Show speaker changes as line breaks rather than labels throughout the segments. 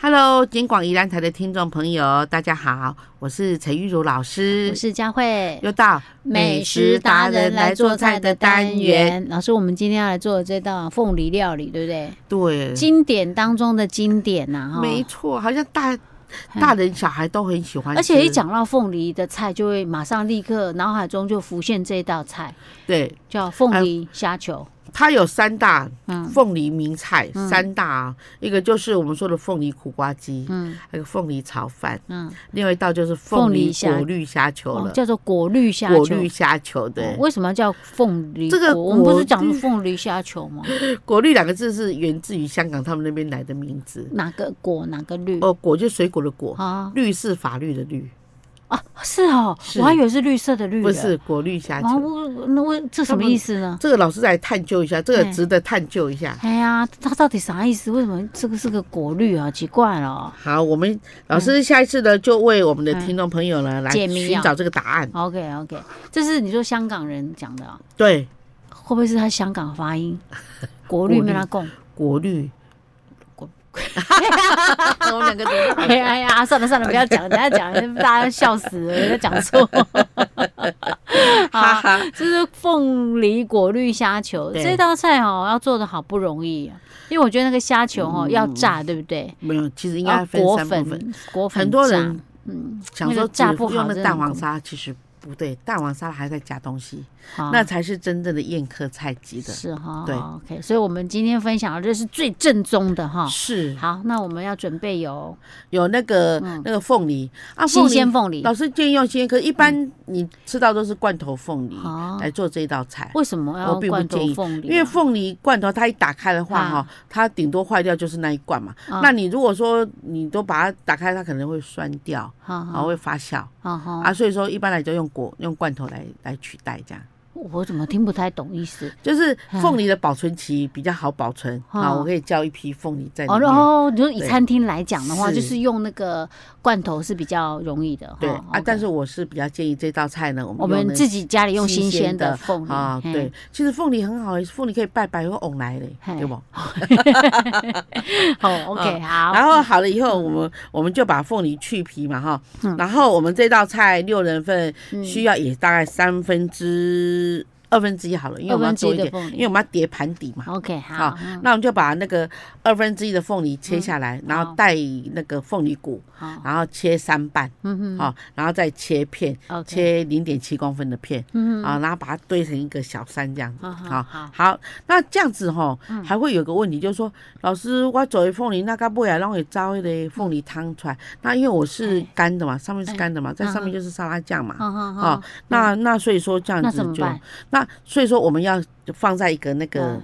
Hello，金广宜兰台的听众朋友，大家好，我是陈玉茹老师
我，是佳慧，
又到
单。元。老师，我们今天要来做的这道凤梨料理，对不对？
对，
经典当中的经典呐、哈。
没错，好像大大人小孩都很喜欢吃，
而且一讲到凤梨的菜，就会马上立刻脑海中就浮现这道菜，
对，
叫
啊
凤梨虾球。
它有三大
嗯
凤梨名菜，三大啊，一个就是我们说的凤梨苦瓜鸡，
嗯
还有凤梨炒饭，
嗯，
另外一道就是凤梨
凤梨虾
果绿虾球
哦
了，
叫做果绿虾
果
球。
绿虾球
哦
对，
为什么要叫凤梨
这
果？
个
我们不是
果
讲
绿
凤梨虾球吗？
果绿两个字是源自于香港他们那边来的名字，
哪个果哪个绿？
哦，果就水果的果，
啊
绿是法律的绿，
啊，是哦，
是
我还以为是绿色的绿。
不是。果绿虾
然
球。
后那我这什么意思呢？
这个老师来探究一下，这个
哎
值得探究一下。
哎呀，它到底啥意思？为什么这个是个果绿啊？奇怪了。
好，我们老师下一次呢，就为我们的
嗯
听众朋友呢来
解谜啊
寻找这个答案。
OK OK，这是你说香港人讲的、啊，
对，
会不会是他香港发音？国绿
果绿
没他 供。
果 绿， 我们两个读
哎呀哎呀，算了算了，不要讲了，等下讲了大家笑死了，都 讲错。
哈
好，
哈，
这是凤梨果绿虾球
对
这道菜哦，要做的好不容易、啊，因为我觉得那个虾球哦、要炸，对不对？
没有，其嗯实应
要
该分
裹
三部分。
哦粉，裹粉
很多
炸
人
嗯，
想
那
说
个炸不
只
好
用
真
的
的
蛋
很
黄
恐
沙，其实不对，蛋黄沙还在加东西，
好
那才是真正的宴客菜级的。
哦是哈，
对
好，OK，所以我们今天分享的这是最正宗的哈。
是
好，那我们要准备有
有那个那个凤梨啊，凤
嗯新
梨
鲜凤梨，嗯
老师建议用新鲜，可是一般你吃到都是罐头凤梨
哦
来做这一道菜，
为什么要
我
用
并不
罐头
建议
凤梨啊？
因为凤梨罐头它一打开的话哈
啊，
它顶多坏掉就是那一罐嘛。
啊
那你如果说你都把它打开，它可能会酸掉，
好
啊
好
会发酵
好好，
啊，所以说一般来就用果用罐头来来取代这样。
我怎么听不太懂意思？
就是凤梨的保存期比较好保存
嗯
啊，我可以叫一批凤梨在里
哦，
面
然。后你说以
哎对
餐厅来讲的话，
是
就是用那个罐头是比较容易的哈。
对啊，但
是
是我是比较建议这道菜呢，我们
哦我
用
们
的
自己家里用
新
新
鲜
鲜
的
的凤梨
啊，
嘿
对，其实凤梨很好，凤梨可以拜拜或翁来嘞，
嘿
对不？
好，OK，好，
然后好了以后，我们我们就把凤梨去皮嘛哈
嗯，
然后我们这道菜六人份
嗯
需要也大概三分之二分之一好了，因为我们要多一
二
点
分之一的凤，梨
因为我们要叠盘底嘛。
OK，好嗯
好，，那我们就把那个二分之一的凤梨切下来，然后
好
带那个凤梨骨，
好，
然后切三瓣，
嗯
好，然后再切片，
哼，OK，
切零点七公分的片，
嗯哼，
啊，然后把它堆成一个小山这样子，
好
好
好。好，嗯
好，那这样子哈，还会有个问题，就是说，老师，我做的凤梨那啊个不也让我招一个凤梨汤出来？那因为我是
哎
干的嘛，上面是
哎
干的嘛，在上
嗯
面
嗯
就是沙拉酱嘛。
好好
啊
好，，
那那所以说这样
那
子
怎么
就
办？
那所以说我们要放在一个那个
嗯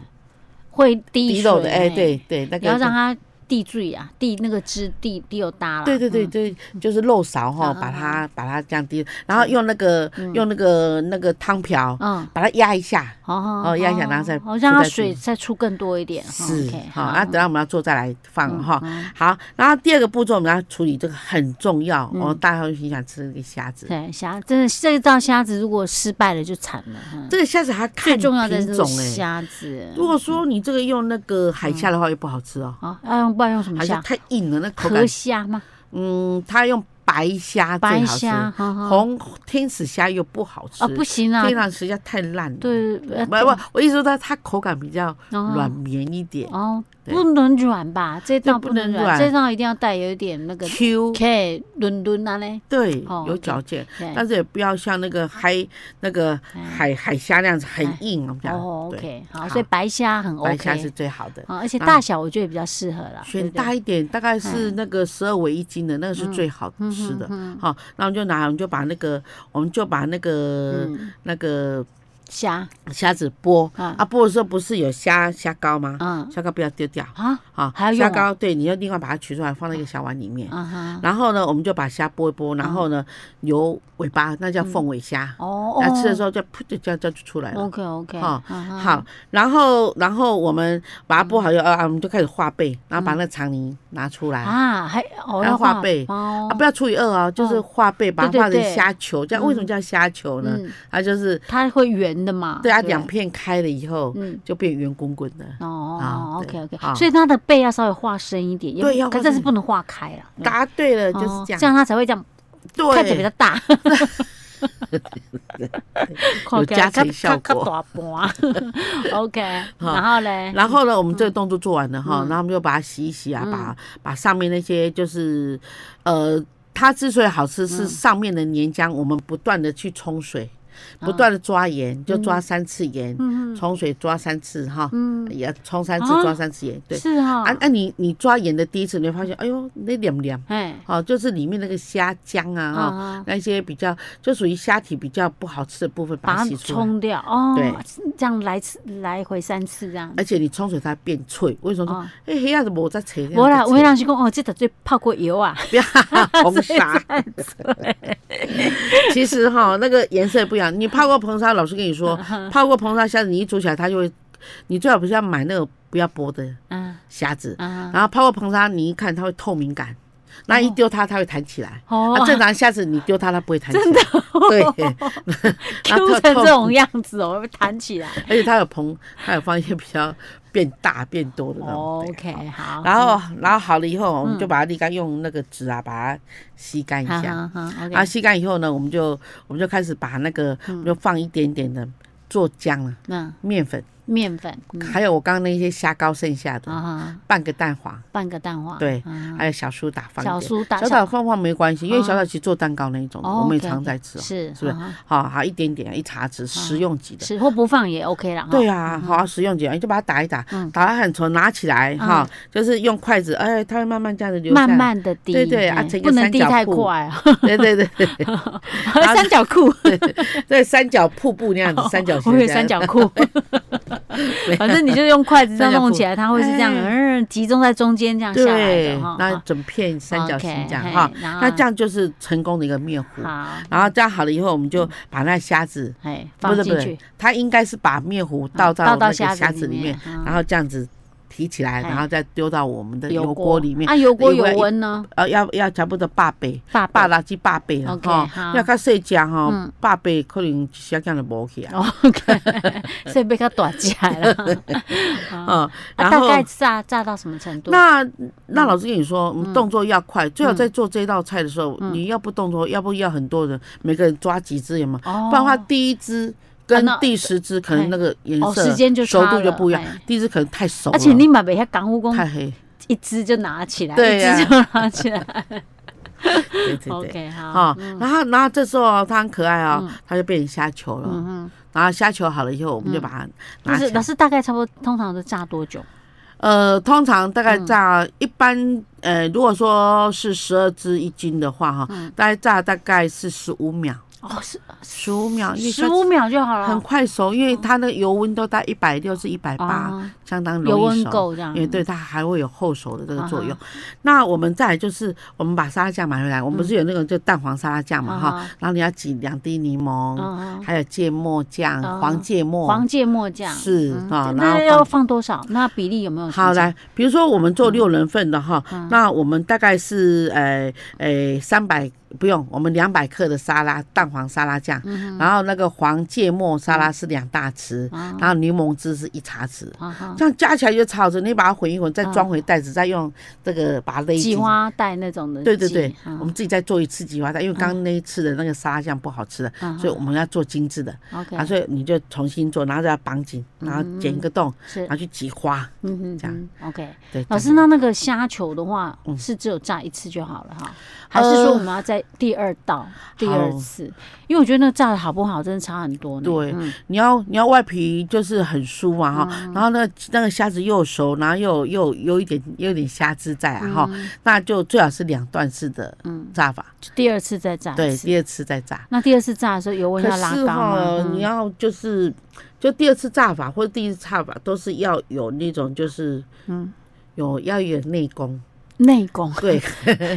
会滴
滴肉的，
水
哎，
嘿
对对，那
你要让
个
它地坠啊，地那个汁地地有搭了。
对对对
嗯，
对，就是漏勺哈，
嗯嗯
把
嗯
它把它这样滴，然后用那个用那个那个汤瓢
嗯，
把它压一下，
好好
哦压一下然后再
好让它
再
水
滴
再出更多一点。哦
是
OK，
好，啊，等到我们要做再来放哈。
嗯
好，然后第二个步骤我们要处理这个很重要，
嗯
哦，大家会很想吃这个虾子。
对，虾真的这道虾子如果失败了就惨了。嗯
这个虾子它
最
看
重要的
品
是
种哎，
虾嗯子
如果说你这个用那个海虾的话，又不好吃哦，
啊，要用不知道用什么
海虾
虾？
太硬了，那口感
河。虾吗？
嗯，它用白虾最
白
好吃，
虾？哈哈
红天使虾又不好吃
啊，，不行啊
天，使虾太烂了。，
对，
不不，我意思说它它口感比较软
软
绵一点
哦，
对
不能软吧？这道
不
不能
能软
软，这道一定要带有一点那个
，Q，
K 伦敦啊嘞。
对，
哦
有
，OK
嚼劲。
对
但是也不要像那个海那个海海虾那样子很
哎
硬，我们讲
哦
对
，OK，好，
好
所以白虾很 OK，
白虾是最好的，
啊，而且
啊
大小我觉得比较适合啦，
选
对嗯不对
大一点，大概是那个十二尾一斤的那个是最好吃的。
嗯
好，那我们就拿，我们就把那个，我们就把那个
嗯
那个
虾，
虾子剥
啊
啊，剥的时候不是有虾虾膏吗？
嗯
虾膏不要丢掉
啊
啊
还要，用
虾
啊
膏对，你要另外把它取出来，放在一个小碗里面。
啊哈，
然后呢，我们就把虾剥一剥，然后呢
嗯
有尾巴，那叫凤尾虾。
哦，啊
那吃的时
候
候就噗就这样这样就出来了。
OK OK，
哦，好，然后然后我们把它剥好以后啊，我们就开始化背，然后把那个肠泥拿出来啊，
嗯啊，还哦
还要化
画
背
哦，
不要除以二哦，就是化背，把它
对对
化成
对
虾球。这样为什么叫虾球呢？
嗯，
它就是
它会圆的嘛。
对啊，
不
两片开了以后
嗯。
就变圆滚滚的，
哦
啊
，OK
对
OK，
好
所以它的背要稍微画深一点，也
对要
可
画
但是
深
不能画开了，嗯
答对了就是
哦
这样，
这样它才会这样
对，
看起来比较大， 看起来
有加成效
较
果
较大 盘 OK，
好
然后嘞，
然后呢，我们这个动作做完了哈，
哎嗯
然后我们就把它洗一洗啊，
嗯
把把上面那些就是，呃，它之所以好
嗯
吃是上面的黏浆，我们不断的去冲水，不断的抓盐，就抓三次盐，
啊嗯
冲水抓三次哈，
嗯，
也冲三次
啊
抓三次盐，对。
是哦哈
啊，，那你你抓盐的第一次，你会发现，哎呦，那黏黏，
哎，
哦，就是里面那个虾浆啊，哈，
啊，
那些比较就属于虾体比较不好吃的部分，把它
把它
洗出来。
冲掉哦，
对，
这样来次来回三次这样
而。且你冲水它变脆，为什么说？
哦，
哎，黑鸭子无在切，
我
这
啦，
样子
我人是讲哦，这得最泡过油啊，
不要红砂。其实哈，那个颜色不一样。你泡过硼砂，老师跟你 说，
嗯
泡过硼砂虾子，你一煮起来它就会，你最好不是要买那个不要剥的
嗯
虾子，
嗯，
然后泡过硼砂，你一看它会透明感，那一丢它它会弹起来。啊
哦
那，正常虾子你丢它它不会弹起来，对，然后
Q 成这种样子哦，会不会弹起 来。
而且 它有膨，它有放一些比较变大变多的那种。对
哦 OK，好。
然后，然后好了以后，我们
嗯
就把它沥干，用那个纸啊把它吸干一
好
下。
好好
啊，
嗯，OK，
吸干以后呢，我们就我们就开始把那个，
嗯
我们就放一点点的做浆了，
那
面粉，
面粉，嗯
还有我刚刚那些虾膏剩下的，
啊哈，
半个蛋黄，
半个蛋黄，
对
啊
还有小苏打放
小
一点。
苏打，
小打放放没关系，因为
啊
小打其实做蛋糕那一种的，
哦
我们也
OK，OK，
常在吃哦。
是
是不是
啊
好，好一点点，一茶匙，食用级的。
是或不放也 OK 啦。哈
对，啊，好，食用级，你就把它打一打
嗯，
打到很稠，拿起来
嗯
哈，就是用筷子，哎，它会慢慢这样子流下
慢
来。
慢的滴，
对对
哎
啊成一个
不能
三
滴
角
太
裤
快啊，
对对对对后
三角裤，
对，三角瀑布那样子，三角形
我以为
这样
三角 裤，反正你就用筷子这
三
样
角裤哎
弄起来，它会是这样，嗯，集中在中间这样下来
对
的，哈。
那
啊
整片三角形这样
OK，
哈
嘿，然后
那这样就是成功的一个面糊。
好，
然后这样好了以后，我们就把那虾子，
哎，
不
放
是
进
不
去嗯
是，，它应该是把面糊倒到
倒
那
到
个
虾
虾
子
子
里
里面
面，，嗯
然后这样子提起来，
嘿
然后再丢到我们的油锅里面。
啊，油锅
油
有
锅一
温呢，
呃，要要差不多八倍，
爸
八
爸
垃圾八倍了
OK，
哈
好。
要较细只哈
嗯，哦
八倍可能一下这样就无去啊。
OK，所以 被它短起来了。啊，
嗯，
啊
然
大
后
概炸炸到什么程度？
那
嗯
那老师跟你说，我们动作要快，最好在做这道菜的时候，
嗯
你要不动作，要不要很多人，每个人抓几只有没有？
哦
不然的话，第一只
啊
跟
那
第十只可能那个颜
哦，
色、
时间就
熟
差
度就
了
不一样
哎，
第一只可能太熟了，
而且你买不下港务工，
太黑，
一只就拿起来，
对啊呀
一只就拿起来。
对对对。
OK，好，嗯
哦，然后然后这时候哦它很可爱哦，它就变成虾球了。
嗯
然后虾球好了以后，我们就把它
哼，
拿
老
起
师老
来。
师大概差不多，通常都炸多久？
呃，通常大
嗯
概炸一般，呃，如果说是十二只一斤的话，哈，
嗯
大概炸大概是十五秒。
哦，是
十五秒，因为
十
它
五秒就好了，啊
很快熟，因为它的油温都在一百六至一百八，
啊，
相当
油
容易
温
熟。
够这样
因。为对它还会有后熟的这个作用
啊。
那我们再来就是，我们把沙拉酱买回来，我
嗯
们不是有那个就蛋黄沙拉酱嘛
啊
哈，然后你要挤两滴柠檬，
嗯，
还有芥末酱
啊，
黄芥末
黄。芥末酱
是啊
嗯
然后
那
放
要放多少？那比例有没有？
好，来，比如说我们
嗯
做六人份的哈，那我们大概是呃呃三百不用，我们两百克的沙拉蛋黄沙拉酱，
嗯
然后那个黄芥末沙拉是两大匙，
啊
然后柠檬汁是一茶匙，
啊哈，
这样加起来就超值。你把它混一混，再
嗯
装回袋子，再用这个把它勒
挤
紧。
花带那种的挤，
对对对，
啊
我们自己再做一次挤花蛋，因为刚刚那一次的那个沙拉酱不好吃的，
嗯
所以我们要做精致的。
OK，
啊，所以你就重新做，然后再绑紧，
嗯
然后剪一个洞，
是
然，后去挤花。
嗯哼，
这样
嗯 OK。
对，
老
这
师，
样
那那个虾球的话，
嗯呃
是只有炸一次就好了哈，还是说我们要在第二道、第二次？因为我觉得那个炸的好不好，真的差很多呢。
对
嗯
你要你要外皮就是很酥嘛哈，然后那那个虾子又熟，然后又又又有一点又有点虾汁在啊哈，
嗯
那就最好是两段式的炸法，
就第二次嗯再炸一
对，
次。
第二次再炸。
那第二次炸的时候，油温
可
要拉
是
高吗？
哈，
嗯
你要就是就第二次炸法或者第一次炸法都是要有那种就是
嗯
有要有内 功，
内功
对，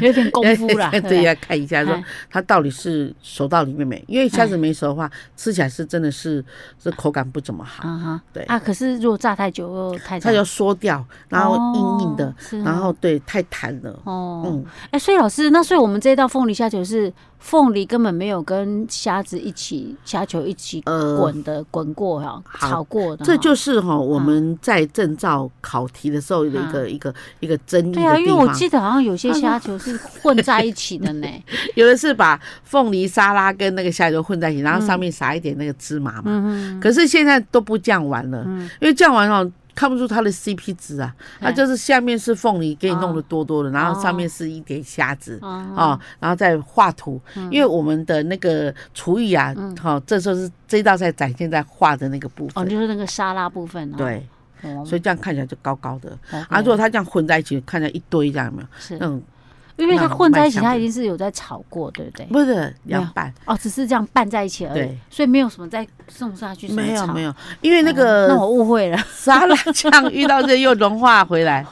有点功夫啦。不
对，要看一下说
哎
它到底是熟到里面没，因为虾子没熟的话，吃起来是真的是是口感不怎么好，
啊哈，
对
啊，可是如果炸太久又太
它
长
就缩掉，然后硬硬的
哦，是
然
哦
后对太弹了。
哦，
嗯，
哎、所以老师，那所以我们这一道凤梨虾球是凤梨根本没有跟虾子一起、虾球一起
呃
滚的、滚过哈、
好
炒过的哈。
这就是哈、
嗯
我们在证照考题的时候的一个、一个一个争议的
对
地
啊，
方。
因为我记得好像有些虾球是混在一起 的呢。
有的是把凤梨沙拉跟那个虾球混在一起，然后上面撒一点那个芝麻嘛。
嗯
可是现在都不这样玩了，
嗯
因为这样玩哦。看不出它的 CP 值啊，它
哎
就是下面是凤梨，给你弄得
哦
多多的，然后上面
哦
是一点虾子，
哼，
啊、然后再画图，因为我们的那个厨艺啊，
嗯
好、这时候是这道菜展现在画的那个部
哦，
分，
就是那个沙拉部分啊。
对，
哦，
所以这样看起来就高高的。
OK
啊，如果它这样混在一起，看起来一堆这样有没有？
是
那种
因为它
那
混在一起，
麦香
它
饼
一定是有在炒过，对不对？
不是
没有
凉拌，
哦，只是这样拌在一起而已
对，
所以没有什么再送下去什么
没有
炒
没有，因为那
哦那
个
我误会了。
沙拉酱遇到这又融化回来，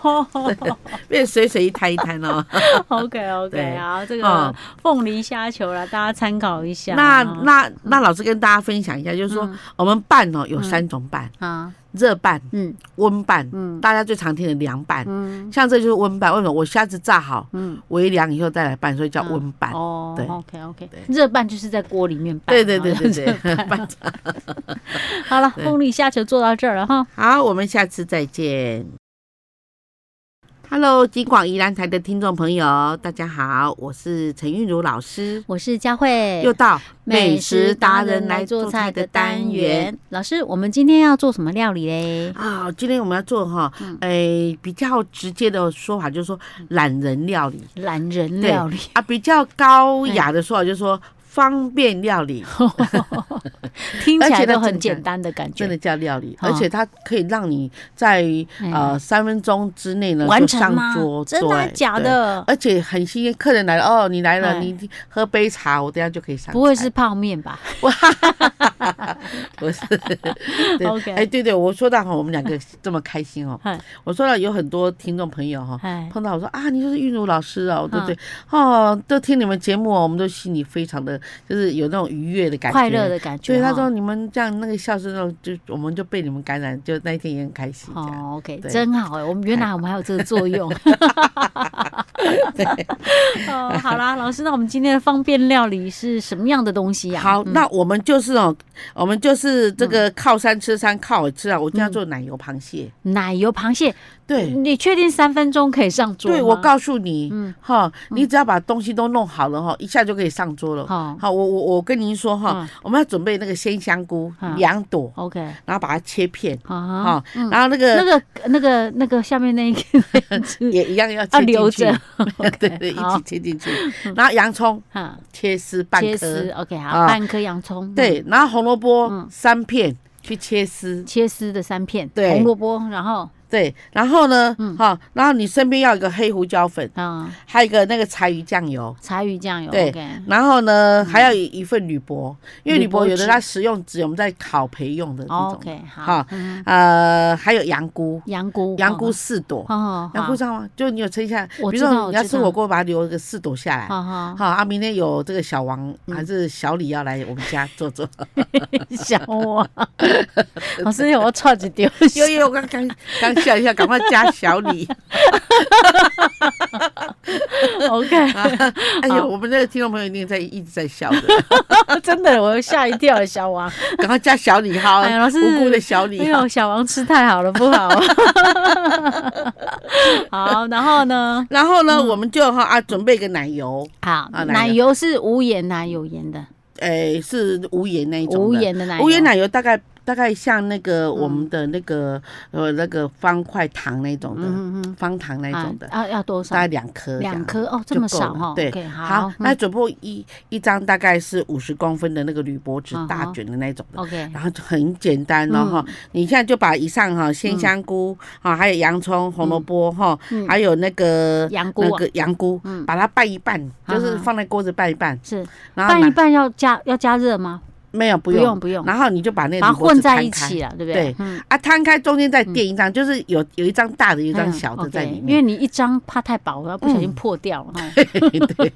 变水水一滩一滩 哦。
OK
对
OK 啊，这
嗯
个凤梨虾球啦，大家参考一下
那
啊。嗯
那那老师跟大家分享一下，就是说我们拌哦有三种拌，
啊，
热拌、
嗯
温拌，
嗯
大家最常听的凉拌。
嗯
像这就是温拌，为什么？我虾子炸好，
嗯，
微凉以后再来拌，所以叫
嗯
温拌。
哦
啊对
，OK OK，
对
热拌就是在锅里面拌。
对对对
啊
对对，
好了，
对
凤梨虾球做到这儿了哈。
好，我们下次再见。Hello，金广宜兰台的听众朋友，大家好，我是陈韵如老师，
我是佳慧，
又到美食达人来做菜的单元。
老师，我们今天要做什么料 理嘞？
啊、今天我们要做哈，诶、比较直接的说法就是说懒人料理
懒人料理，
啊，比较高雅的说法就是说方便料理，
听起
而且
来
它
都很
正
简
常
单的感觉
真的，叫料理，
哦
而且它可以让你在
哎
呃三分钟之内呢
完
就
成
上
吗
桌，？
真的
对
啊假？
对
的？
而且很新鲜，客人来了哦，你来了，
哎
你喝杯茶，我等一下就可以上菜。
不会是泡面吧？
不是 对
OK
哎，对对，我说到哈，我们两个这么开心哦
嗨，
我说到有很多听众朋友哈。
哎，
碰到我说啊，你就是韵如老师哦，对不
嗯
对？哦，都听你们节目哦，我们都心里非常的，就是有那种愉悦的感觉，
快乐。的感觉。
所以他
哈
说你们这样那个笑声那种，就我们就被你们感染，就那一天也很开心这样。
哦，OK，
对
真好哎，我们原来我们还有这个 作用。哦，好啦，老师，那我们今天的方便料理是什么样的东西呀？
好，
嗯
那我们就是哦，我们就是这个靠山吃山，靠海吃啊。我今天要做奶油螃蟹，
奶油螃蟹，
嗯对，
你确定三分钟可以上桌吗？
对，我告诉你，
嗯
哈，你只要把东西都弄好了哈，一下就可以上桌了。
好
好，我我我跟您说哈，
嗯
我们要准备那个鲜香菇
嗯
两朵，
，OK，
然后把它切片，
啊
哈
哈，，嗯
然后那个
那个那个那个下面那一个
也一样要哦
要
切
留
进去，
着，
对对，一起
好
切进去。然后洋葱
哈，
嗯切丝半
切丝
颗，
，OK，
啊
好，半颗洋葱，嗯，
对，然后红萝卜
嗯
三片去切丝，
切丝的三片，
对
红萝卜，然后
对，然后呢，
嗯
哈，然后你身边要有一个黑胡椒粉，
啊，
还有一个那个柴鱼酱油，
柴鱼酱油
对
，OK，
然后呢，还要一一份铝箔，因为铝
嗯铝箔
�铂有的
纸哦
它食用纸，我们在烤培用的那种。
OK，好
哈，
嗯
呃，还有羊菇，
羊菇，
羊菇
哦
四朵，
哦，
羊
好
菇知道吗？就你有称一下，
我
比如
知道哦
说
我
你要
知
吃
道
火锅，把它留个四朵下来。
好好，
好啊，明天有这个小王
嗯
还是小李要来我们家坐 坐。
想我，老师，我要串一丢。
有有，我刚刚刚笑一下，赶快加小李。
OK，
哎呦，我们这个听众朋友一定在一直在笑的，
真的，我吓一跳，小王。
赶快加小李哈，
哎呀老师哎
无辜的小李
没
哈。
有，小王吃太好了，不好。好，然后呢？
然后呢，我们就哈啊准备一个奶油，
好
啊，奶
奶
油
油是无盐奶，有盐的，
诶，哎是无盐那一种的。
无盐的奶油。嗯
无盐奶油大概大概像那个我们的那个、呃那个方块糖那种的，
嗯，嗯嗯
方糖那种的，
啊，要要多
大概
少？
两颗这样，
两颗哦，
就
这么
够
少
了
哦。
对
OK，
好
好，，嗯
那准备一一张大概是五十公分的那个铝箔纸
嗯
大
好
卷的那种的。
OK，
然后就很简单
嗯
了哈，你现在就把以上哈鲜香菇啊，还有洋葱、红萝卜哈，
嗯
还有那个
羊菇
那
啊
个羊菇，把它拌一拌，就是
嗯
放在锅子拌一拌，
是
然后
拌一
拿
拌要加要加热吗？
没有不
不
用
用不用，
然后你就把那个
把它
铝箔
混
纸
在
摊
一
开
起了，对不对？
对
嗯，
啊，摊开中间再垫一张，就是有有一张大的，有一张
嗯
小的
OK，
在里
因为
面。
你一张怕太薄了，不小心
嗯
破掉 了，哈
对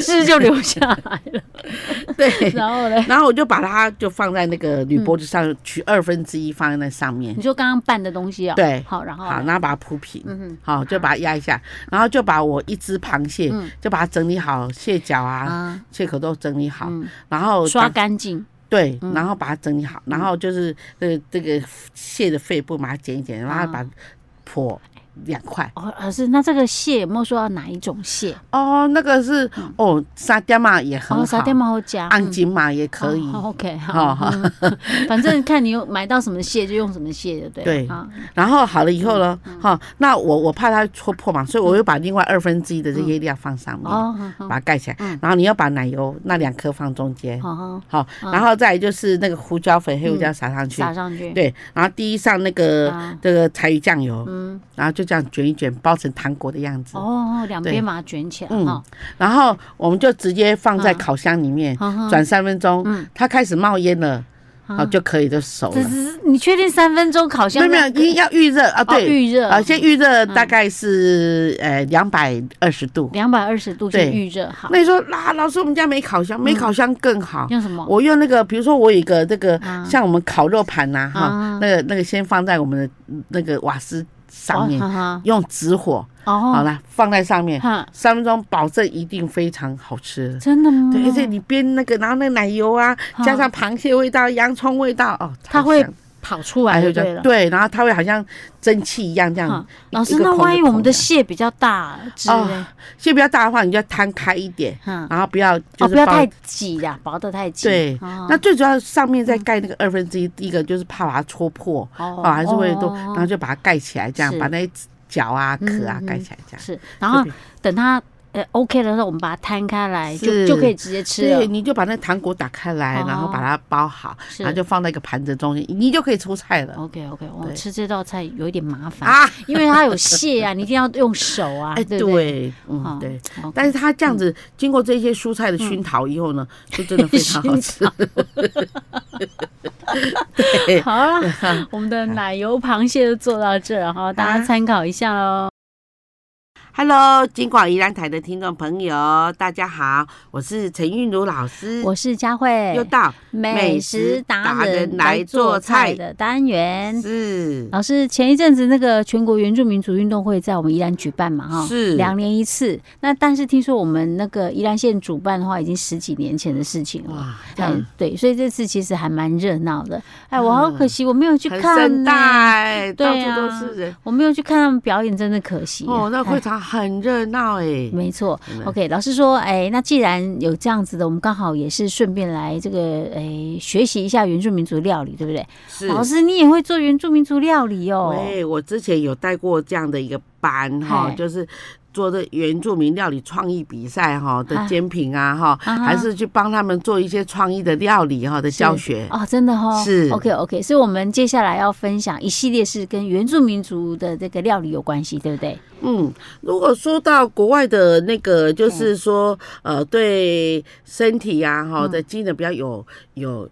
汁就流下来了。
对，
然后嘞，
然后我就把它就放在那个
嗯
铝箔纸上，取二分之一放在那上面
你，说刚刚拌的东西啊，
对
好，然后
好，
嘞
然后把它铺平。
嗯哼
好，就把它压一下，然后就把我一只螃蟹
嗯，
就把它整理好，蟹脚啊、
啊，
蟹口都整理好，
嗯，
然后
刷
把
干净，
对，
嗯
然后把它整理好，然后就是呃这个蟹的肺部把它剪一剪，
啊
然后把它剖两块。
哦，老师，那这个蟹有没有说要哪一种蟹？
哦，那个是哦，沙嗲嘛也很
嗯哦，
好
沙，爹猫加嗯
按金嘛也可以。
哦、，OK，
哦
好，嗯反正看你有买到什么蟹就用什么蟹，就对了。
对嗯
啊，
然后好了以后呢，
嗯
哈，那我我怕它戳破嘛，所以我又把另外二分之一的这些料放上面，
嗯哦，好好
把它盖起来
嗯。哦
然后你要把奶油那两颗放中间，
好好，
好，然后再来就是那个胡椒粉、黑胡椒撒上去，
嗯撒上去。
对，然后滴上那个、
啊
这个柴鱼酱油，
嗯，
然后就这样卷一卷，包成糖果的样子。
哦，两边把它卷起来
嗯
哈。
然后我们就直接放在烤箱里面、
嗯
转三分钟，
嗯
它开始冒烟了，
啊
好、就可以就熟
这
了。
是你确定三分钟烤
没
箱
有没有，
那个
一定要预热啊，
哦
对，
预热嗯
啊，先预热大概是、呃两百二十度。
两百二十度
对
先预热好。嗯
那你说啦、老师，我们家没烤箱，没烤箱更好。
用什么？
我用那个，比如说我有一个这个，
啊
像我们烤肉盘呐、哈、
啊
那个那个先放在我们的嗯那个瓦斯上面，
哦哈
用直火，
哈
好
哦，
了，放在上面，
哈，
三分钟，保证一定非常好吃。
真的吗？
对，而且你煸那个，然后那个奶油啊，
啊
加上螃蟹味道、洋葱味道，哦，
它
超
会
香
跑出来
这
就对
样
了。
哎对，然后它会好像蒸汽一样这样
哈。
一
老师
一，个
那
孔
万一
一个
我们的
孔
蟹比较大只
哦
嘞？
蟹比较大的话，你就要摊开一点，
哈，
然后不要就是
哦，不要
包
太挤呀，薄的太挤。
对
哦，
那最主要上面
嗯
再盖那个二分之一，第一个就是怕把它戳破，
哦
哦，还是会动，
哦
然后就把它盖起来，这样
是
把那些角啊、壳啊
嗯嗯
盖起来，这样。
是，然后
特别
等它呃 OK 的时候，我们把它摊开来，就是就可以直接吃
对，
了。
你就把那糖果打开来，然后
哦
把它包好，
是哦
然后就放在一个盘子中间，你就可以出菜了
OK OK，我
对
吃这道菜有一点麻烦，
啊！
因为它有蟹 啊，你一定要用手啊，
哎，
对不对？
对，
哦嗯
嗯，对。，
好
但是它这样子经过这些蔬菜的熏陶以后呢，就真的非常好吃。对，
好 了，我们的奶油螃蟹就做到这儿哈，大家
啊
参考一下喽。
Hello，金广宜兰台的听众朋友，大家好，我是陈韵如老师，
我是佳慧
又，到
美食达
美食达
人
人
来
来
做
做
菜
菜
的单元。
是
老师，前一阵子那个全国原住民族运动会在我们宜兰举办嘛，哈，
是
两年一次。那但是听说我们那个宜兰县主办的话，已经十几年前的事情了。
哇，嗯这
哎
样，
对，所以这次其实还蛮热闹的。哎，我好可惜，我没有去
嗯很
看
盛
呢、
大哎，到
对
处
啊
都是人
我没有去看他们表演，真的可惜。
哦，那
哎嗯
会场很热闹哎，
没错
真的
，OK，老师说，哎，那既然有这样子的，我们刚好也是顺便来这个，哎，学习一下原住民族料理，对不对？
是
老师，你也会做原住民族料理哦？
喂，我之前有带过这样的一个班哈
嗨，
就是做的原住民料理创意比赛哈的
啊
煎品啊哈，
啊哈
还是去帮他们做一些创意的料理哈的教学。
哦，真的哦，
是
OK OK，所以我们接下来要分享一系列是跟原住民族的这个料理有关系，对不对？
嗯，如果说到国外的那个，就是说
嗯
呃，对身体啊哈的机能比较有有。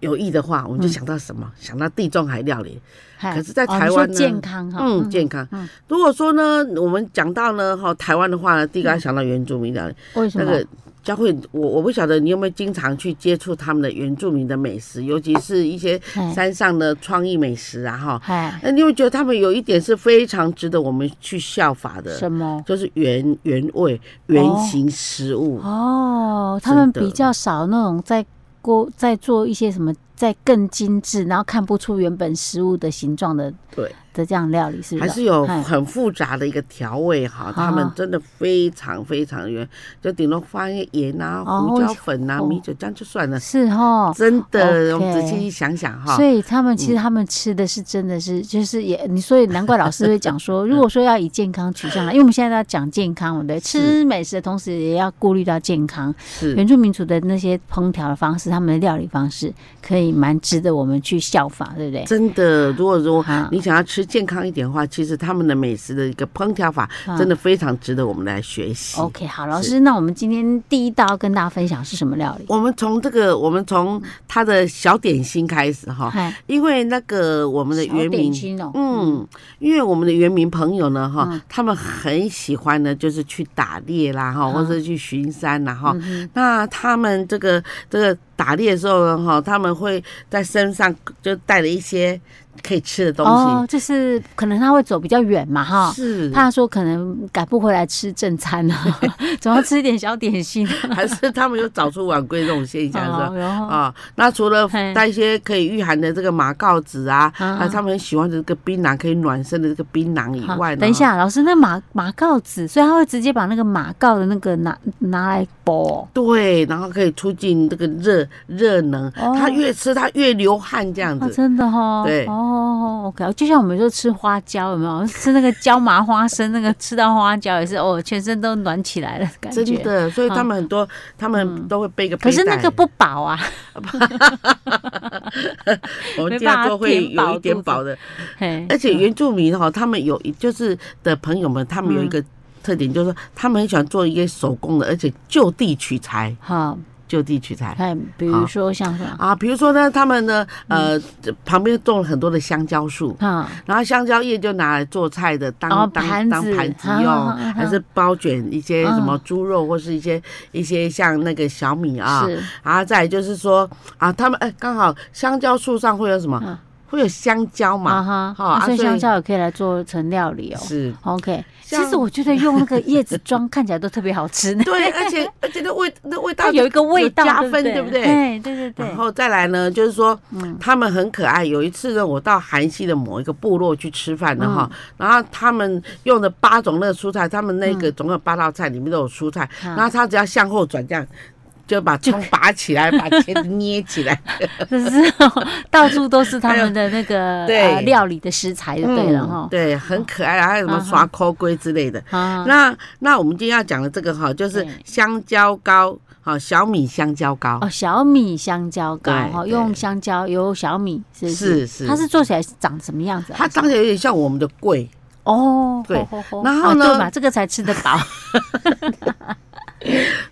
有益的话，我们
嗯
就想到什么？想到地中海料理。
嗨
可是在
哦
台
你说
湾呢
健康哈，
嗯，健康。如果说呢，我们讲到呢，哈，台湾的话呢，第一个要想到原住民料理。
为什
那
么
个？佳慧，我我不晓得你有没有经常去接触他们的原住民的美食，尤其是一些
哎
山上的创意美食啊，哈。
哎，
那你会觉得他们有一点是非常值得我们去效法的，
什么？
就是原原味、原形食物。
哦，他
真
们
的
比较少那种在锅在做一些什么，在更精致，然后看不出原本食物的形状的
对，
的这样料理，是不
还
是？
是有
哎
很复杂的一个调味哈。他们真的非常非常原，就顶多放一些盐啊、
哦
胡椒粉啊、
哦
米酒，这样就算了。
是哦。
真的，我
OK
们仔细想想哈
所。以他们其实他们吃的是真的是就是也你所以难怪老师会 讲
嗯
说，如果说要以健康取向来，因为我们现在要讲健康，对不对？吃美食的同时也要顾虑到健康。
是
原住民族的那些烹调的方式，他们的料理方式可以以蛮值得我们去效法，对不对？
真的，如果说
啊
你想要吃健康一点的话，其实他们的美食的一个烹调法真的非常值得我们来学习。
OK，好，老师，那我们今天第一道要跟大家分享是什么料理？
我们从这个，我们从它的小点心开始哈，
嗨，
因为那个我们的
小
原名
点。心哦，
嗯，因为我们的原民朋友呢，
嗯
哈、他们很喜欢呢，就是去打猎啦，
啊
哈，或者去巡山啦，
嗯
哈、那他们这个这个打猎的时候呢，哈，他们会在身上就带了一些可以吃的东西，
哦，就是可能他会走比较远嘛，哈。
是，
怕说可能赶不回来吃正餐了，总要吃一点小点心。
还是他们有早出晚归这种现象是吧？
哦然后
啊，那除了
嘿
带一些可以御寒的这个马告子啊，
啊
啊，他们很喜欢的这个槟榔可以暖身的这个槟榔以
好
外呢，
等一下，老师，那马马告子，所以他会直接把那个马告的那个拿拿来剥。哦
对，然后可以促进这个热热能，
哦
它越吃它越流汗这样
哦，
子。
真的哦，
对
哦，OK，就像我们说吃花椒有没有？ 吃那个椒麻花生，那个吃到花椒也是哦，全身都暖起来了感觉。嗯
真的，所以他们很多，他们都会背个背
可
带。
是那个不饱啊，
我
没
们这样
办法
做会
填饱
有一点
肚子嗯
饱的，
嘿
而且原住民哈，他们有一就是的朋友们，他们
嗯
有一个特点，就是说他们很喜欢做一些手工的，而且就地取材，
好，
就地取材。
哎，比如说像什么
啊，比如说呢，他们呢，呃，
嗯
这旁边种了很多的香蕉树，
啊，
然后香蕉叶就拿来做菜的当、
哦
当
盘
当
子
盘 子
啊
用，
啊啊
还是包卷一些
嗯
什么猪肉、或是一些一些像那个小米啊，
是
然后再来就是说啊，他们哎刚好香蕉树上会有什么？
嗯
会有香蕉
啊
嘛？
哈，
好啊
啊所以
所以
香蕉也可以来做成料理哦。
是。
OK，其
像
实我觉得用那个叶子 装看起来都特别好吃呢，
对，而且而且那味那味道
它有一个味道，
有加分，
对
对
不
不
对？
对？
哎，对对对
然，后再来呢，就是说
嗯，
他们很可爱。有一次呢，我到韩系的某一个部落去吃饭的
嗯
哈，然后他们用的八种那个蔬菜，他们那个总有八道菜里面都有蔬菜，
嗯
然后他只要向后转这样。就把葱拔起来，把茄子捏起来，
就是到处都是他们的那个
对
呃料理的食材 就对了哈
嗯。对，很可爱。还有什么刷抠龟之类的。
啊，
那那我们今天要讲的这个哈，就是
对
香蕉糕，好小米香蕉糕
哦，，小米香蕉糕
对
哈，
对
用香蕉有小米，是不
是是
它是做起来长什么样子啊？
它长得有点像我们的桂，
哦，
对
吼吼吼
然后
啊
呢
对嘛，这个才吃得饱。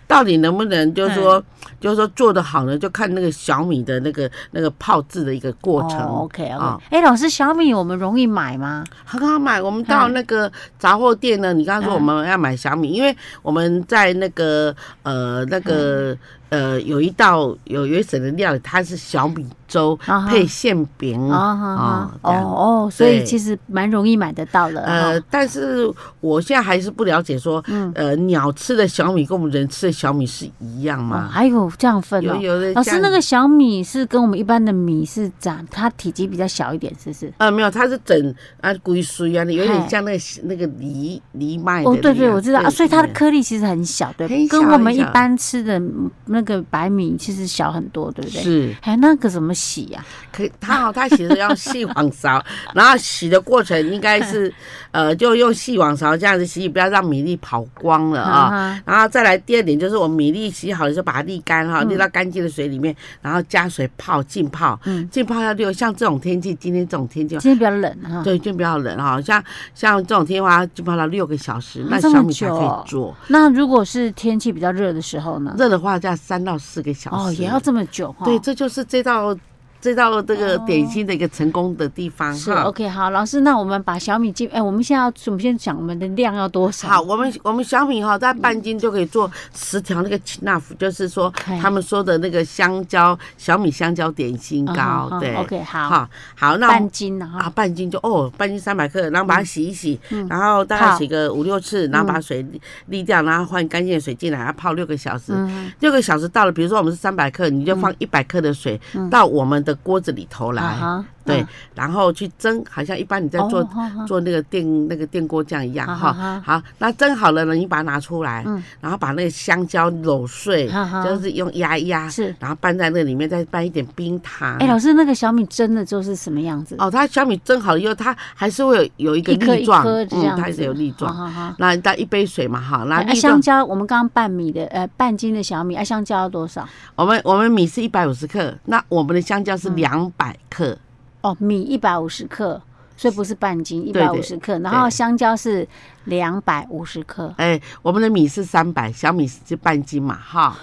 到底能不能就是
嗯
说，就是说做得好呢？就看那个小米的那个那个泡制的一个 过程。
OK OK
啊。
哎，老师，小米我们容易买吗？
很好买。我们到那个杂货店呢，你刚刚说我们要买小米，因为我们在那个呃那个呃有一道有有一省的料理，它是小米粥
啊哈
配馅饼
啊哈哈
啊，
哦
这样
哦，所以
对
其实蛮容易买得到的。
呃
哦，
但是我现在还是不了解说，呃，鸟吃的小米跟我们人吃的小米是一样
哦，
吗？
还有这样分
有
哦。
有的
老师，
像
那个小米是跟我们一般的米是长，它体积比较小一点，是不是？
呃，没有，它是整啊龟碎啊，有
嗨
点像那个那个藜藜麦的
哦
那，
对对，
样
我知道啊，所以它的
对
颗粒其实很小，对，
很
跟
小
我
很
们一
小
般吃的那个白米其实小很多，对不对？。
是
还有那个怎么洗啊呀、
可以，它好，它洗的要细网勺，然后洗的过程应该 是呃，就用细网勺这样子洗，不要让米粒跑光了 啊。
啊
然后再来第二点就是，我们米粒洗好了就把它沥
嗯
干哈，沥到干净的水里面，然后加水泡浸泡
嗯，
浸泡要六，像这种天气，今天这种天 气
今。天比较冷哈、
对，就比较冷哈，像像这种天花浸泡到六个小时，那
这
小
么
米才
久
可
哦
以做。
那如果是天气比较热的时候呢？
热的话就要三到四个小时。
哦，也要这么久哈、
对，这就是这道这道这个
哦
点心的一个成功的地方
是
哈。
OK 好，老师，那我们把小米进，哎、我们现在要，我们先讲我们的量要多少？
好，我们我们小米哈，在半斤就可以做十条那个 chinaf，就是说
OK
他们说的那个香蕉小米香蕉点心
嗯，
糕
好，
对，
，OK 好，
好，好，那我
半斤了哈、嗯
啊，半斤就哦，半斤三百克，然后把它洗一洗，然后大概
泡
洗个五六次，
嗯
然后把水沥沥掉，然后换干净的水进来，然后泡六个小时。
嗯
六个小时到了，比如说我们是三百克，你就放一百克的水到我们的锅子里头来，
嗯啊哈
对
嗯，
然后去蒸，好像一般你在做
哦好好
做那个电那个电锅酱一样
好
哈
好。
好，那蒸好了呢，你把它拿出来
嗯，
然后把那个香蕉揉碎，
好好
就是用压一压，
嗯是
然后拌在那里面，再拌一点冰糖
哎、。老师，那个小米蒸的之后是什么样子？
嗯哦，它小米蒸好了以后，它还是会有有一个
一颗
粒
一
状，
颗这
嗯，
样子，
它是有粒状。
好好好。
那到一杯水嘛，哈，那
哎啊，
粒状
香蕉，我们刚刚半米的，呃，半斤的小米，啊，香蕉要多少？
我们我们米是一百五十克，那我们的香蕉是
嗯
两百克，
哦，米一百五十克，所以不是半斤，一
对
百
对
五十克。然后
对
香蕉是两百五十克。
哎、我们的米是三百，小米是半斤嘛，哈，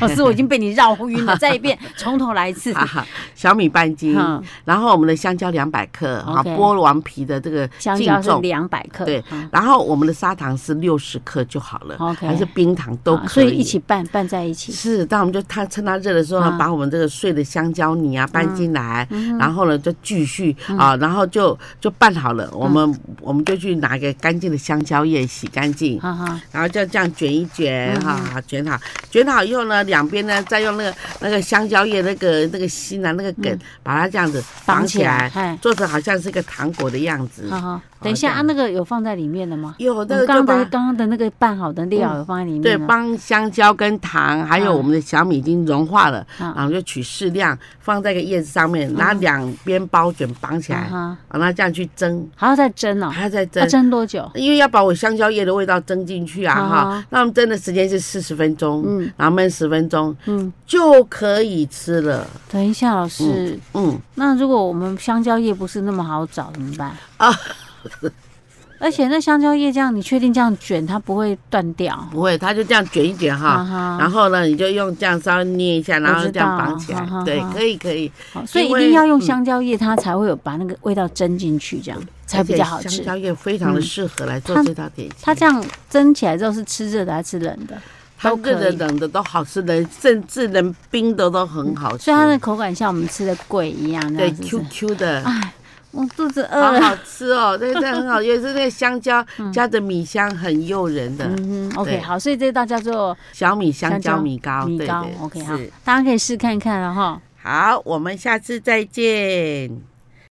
老师，我已经被你绕 晕了，再一遍，从头来一次。
哈哈，小米半斤，
嗯
然后我们的香蕉两百克，哈，
OK
剥完皮的这个
香
净
蕉是
重，
两百克，嗯
对
好
然后我们的砂糖是六十克就好了
OK
还是冰糖都可以，
啊所以一起拌拌在一起。
是，那我们就它趁它热的时候呢，
嗯
把我们这个碎的香蕉泥啊搬进来，然后呢就继续
嗯
啊，然后就就拌好了。我们我们就去拿一个干净的香蕉叶洗干净，
哈哈，
然后就这样卷一
嗯
卷哈，卷好，卷好以后呢，两边呢再用那个那个香蕉叶那个那个心啊那个
嗯
梗，把它这样子绑起来，
哎，
做成好像是一个糖果的样子。
好好，等一下啊，
这样
那个有放在里面的吗？
有
我
那个
们刚
就
刚的
把。嗯
刚刚的那个拌好的料有放在里面啊
对，
了，
帮香蕉跟糖，还有
嗯
我们的小米已经融化了，
嗯
然后就取适量放在一个叶子上面，拿两边包卷绑起来，
啊
啊，
哈，
那这样去蒸，
还要再蒸哦，
还要再
要
蒸，哎
蒸多久？
因为要把我香蕉叶的味道蒸进去啊
好
哈
好。
那我们蒸的时间是四十分钟，
嗯
然后焖十分钟
嗯，
就可以吃了。
等一下，老师，
嗯，
那如果我们香蕉叶不是那么好找怎么办
啊？
而且那香蕉叶这样，你确定这样卷它不会断 掉？
不会，它就这样卷一卷哈。
啊哈，
然后呢，你就用这样稍微捏一下，然后
知
这样
道
绑起来
好好，
对
好，
可以可以，
好所以一
因为
定要用
嗯
香蕉叶，它才会有把那个味道蒸进去，这样才比较好
而且
吃嗯
香。蕉叶非常的适合来做
它
这道点心。
它这样蒸起来之后是吃热的还是冷的？
它
都
各
可
的
以
冷的都好吃，冷甚至连冰的都很好吃。
所以它的口感像我们吃的桂一样，那
对
样是啊不是
QQ 的，
我肚子饿
好
了。
好吃哦， 那个真的很好，尤其是那个香蕉加的米香很诱人的
嗯嗯哼，OK，
对
好，所以这道叫做
小米香
香
蕉
蕉
米糕，
米
对
糕
对
，OK，好
是，
大家可以试看看了哈。
好，我们下次再见。